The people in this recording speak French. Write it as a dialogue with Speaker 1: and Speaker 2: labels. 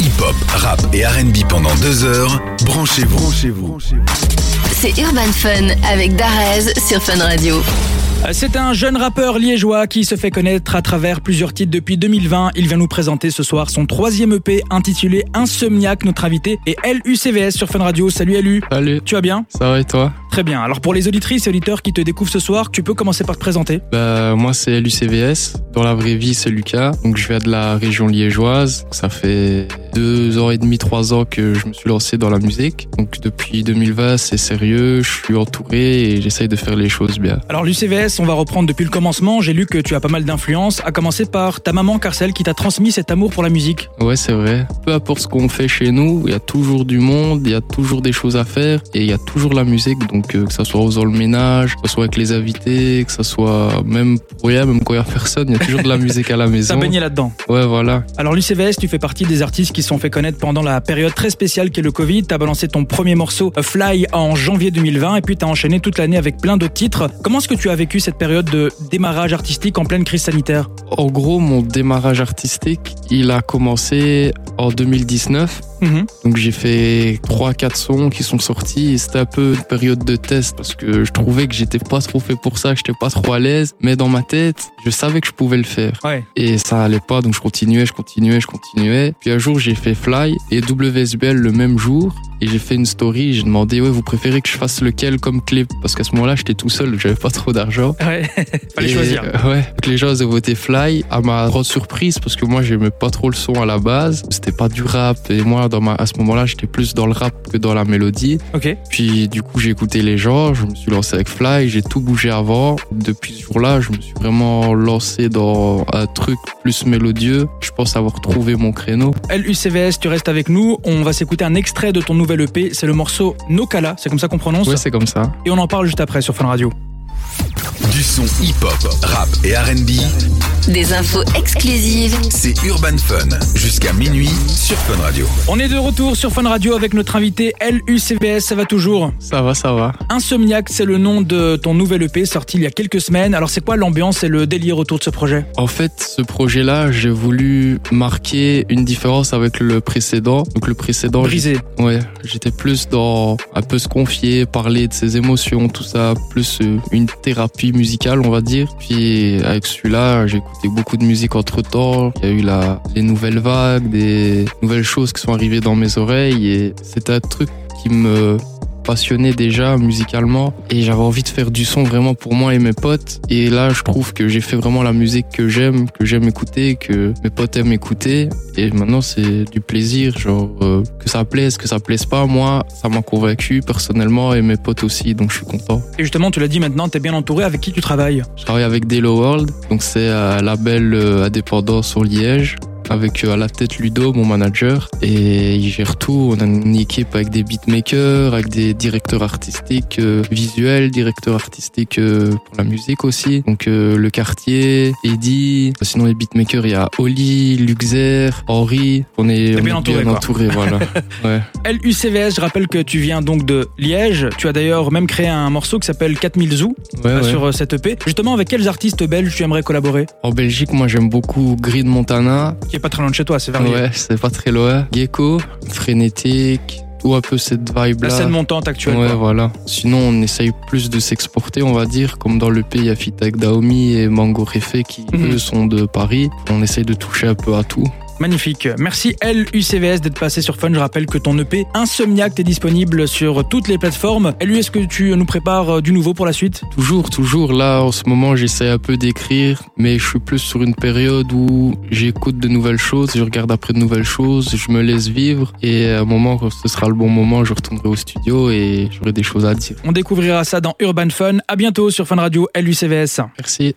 Speaker 1: Hip-hop, rap et RB pendant deux heures. Branchez-vous. Branchez-vous.
Speaker 2: C'est Urban Fun avec Darez sur Fun Radio.
Speaker 3: Euh, C'est un jeune rappeur liégeois qui se fait connaître à travers plusieurs titres depuis 2020. Il vient nous présenter ce soir son troisième EP intitulé Insomniac. Notre invité est LUCVS sur Fun Radio. Salut LU.
Speaker 4: Salut,
Speaker 3: Tu vas bien
Speaker 4: ça va et toi
Speaker 3: Très bien. Alors pour les auditrices et auditeurs qui te découvrent ce soir, tu peux commencer par te présenter.
Speaker 4: Bah, Moi, c'est LUCVS. Dans la vraie vie, c'est Lucas. Donc, je viens de la région liégeoise. Ça fait deux ans et demi, trois ans que je me suis lancé dans la musique. Donc, depuis 2020, c'est sérieux. Je suis entouré et j'essaye de faire les choses bien.
Speaker 3: Alors l'UCVS, on va reprendre depuis le commencement. J'ai lu que tu as pas mal d'influences, à commencer par ta maman car c'est elle qui t'a transmis cet amour pour la musique.
Speaker 4: Ouais, c'est vrai. Peu importe ce qu'on fait chez nous, il y a toujours du monde, il y a toujours des choses à faire et il y a toujours la musique. Donc, euh, que ça soit dans le ménage, que ça soit avec les invités, que ça soit même pour rien, même quand il y a personne, il y a toujours de la musique à la
Speaker 3: Ça
Speaker 4: maison.
Speaker 3: baigné là-dedans.
Speaker 4: Ouais, voilà.
Speaker 3: Alors l'UCVS, tu fais partie des artistes qui se sont fait connaître pendant la période très spéciale qu'est le Covid. T'as balancé ton premier morceau euh, Fly en janvier 2020 et puis t'as enchaîné toute l'année avec plein d'autres titres. Comment est-ce que tu as vécu cette période de démarrage artistique en pleine crise sanitaire
Speaker 4: En gros, mon démarrage artistique, il a commencé en 2019.
Speaker 3: Mhm.
Speaker 4: Donc j'ai fait 3-4 sons qui sont sortis et c'était un peu une période de test parce que je trouvais que j'étais pas trop fait pour ça, que j'étais pas trop à l'aise. Mais dans ma tête, je savais que je pouvais le faire.
Speaker 3: Ouais.
Speaker 4: Et ça allait pas, donc je continuais, je continuais, je continuais. Puis un jour, j'ai fait Fly et WSBL le même jour. Et j'ai fait une story, j'ai demandé, ouais, vous préférez que je fasse lequel comme clip Parce qu'à ce moment-là, j'étais tout seul, j'avais pas trop d'argent.
Speaker 3: Ouais, fallait
Speaker 4: Et,
Speaker 3: choisir.
Speaker 4: euh, ouais. Donc les gens ils ont voté Fly à ma grande surprise parce que moi j'aimais pas trop le son à la base. C'était pas du rap et moi dans ma, à ce moment-là j'étais plus dans le rap que dans la mélodie.
Speaker 3: Ok.
Speaker 4: Puis du coup j'ai écouté les gens, je me suis lancé avec Fly, j'ai tout bougé avant. Depuis ce jour-là je me suis vraiment lancé dans un truc plus mélodieux. Je pense avoir trouvé mon créneau.
Speaker 3: LUCVS, tu restes avec nous. On va s'écouter un extrait de ton nouvel EP. C'est le morceau Nokala, c'est comme ça qu'on prononce.
Speaker 4: Ouais c'est comme ça.
Speaker 3: Et on en parle juste après sur Fun Radio.
Speaker 1: Du son hip-hop, rap et RB,
Speaker 2: Des infos exclusives
Speaker 1: c'est Urban Fun. Jusqu'à minuit sur Fun Radio.
Speaker 3: On est de retour sur Fun Radio avec notre invité LUCVS, ça va toujours
Speaker 4: Ça va, ça va.
Speaker 3: Insomniac, c'est le nom de ton nouvel EP sorti il y a quelques semaines. Alors c'est quoi l'ambiance et le délire autour de ce projet
Speaker 4: En fait, ce projet-là, j'ai voulu marquer une différence avec le précédent. Donc le précédent, j'ai-
Speaker 3: Brisé.
Speaker 4: Ouais, j'étais plus dans un peu se confier, parler de ses émotions, tout ça, plus euh, une thérapie musicale, on va dire. Puis avec celui-là, j'ai écouté beaucoup de musique entre temps. Il y a eu la, les nouvelles vagues, des nouvelles choses qui sont arrivées dans mes oreilles et c'était un truc qui me passionnait déjà musicalement et j'avais envie de faire du son vraiment pour moi et mes potes et là je trouve que j'ai fait vraiment la musique que j'aime que j'aime écouter que mes potes aiment écouter et maintenant c'est du plaisir genre euh, que ça plaise que ça plaise pas moi ça m'a convaincu personnellement et mes potes aussi donc je suis content
Speaker 3: Et justement, tu l'as dit maintenant, t'es bien entouré. Avec qui tu travailles
Speaker 4: je travaille avec Delo World donc c'est un label euh, indépendant sur Liège avec euh, à la tête Ludo, mon manager, et il gère tout. On a une équipe avec des beatmakers, avec des directeurs artistiques euh, visuels, directeurs artistiques euh, pour la musique aussi. Donc euh, le quartier, Eddy. Sinon les beatmakers, il y a Oli, Luxer, Henri. On est, on est
Speaker 3: bien entouré, quoi.
Speaker 4: entouré, voilà. ouais.
Speaker 3: LUCVS, je rappelle que tu viens donc de Liège. Tu as d'ailleurs même créé un morceau qui s'appelle 4000 Zoos
Speaker 4: Ouais,
Speaker 3: euh,
Speaker 4: Ah ouais.
Speaker 3: sur euh, cette EP. Justement, avec quels artistes belges tu aimerais collaborer
Speaker 4: En Belgique, moi j'aime beaucoup Grid Montana.
Speaker 3: Qui est pas très loin de chez toi, c'est vers Liège.
Speaker 4: Ouais, c'est pas très loin. Gecko, frénétique, ou un peu cette vibe là.
Speaker 3: La scène montante actuelle.
Speaker 4: Ouais,
Speaker 3: quoi.
Speaker 4: voilà. Sinon, on essaye plus de s'exporter, on va dire, comme dans le pays, à Fitak Daomi et Mango Refé qui,
Speaker 3: Mhm.
Speaker 4: eux, sont de Paris. On essaye de toucher un peu à tout.
Speaker 3: Magnifique. Merci LUCVS d'être passé sur Fun. Je rappelle que ton EP Insomniac est disponible sur toutes les plateformes. LU, est-ce que tu nous prépares euh, du nouveau pour la suite
Speaker 4: Toujours, toujours, là, en ce moment, j'essaie un peu d'écrire, mais je suis plus sur une période où j'écoute de nouvelles choses, je regarde après de nouvelles choses, je me laisse vivre, et à un moment, quand ce sera le bon moment, je retournerai au studio et j'aurai des choses à dire.
Speaker 3: On découvrira ça dans Urban Fun. À bientôt sur Fun Radio LUCVS.
Speaker 4: Merci.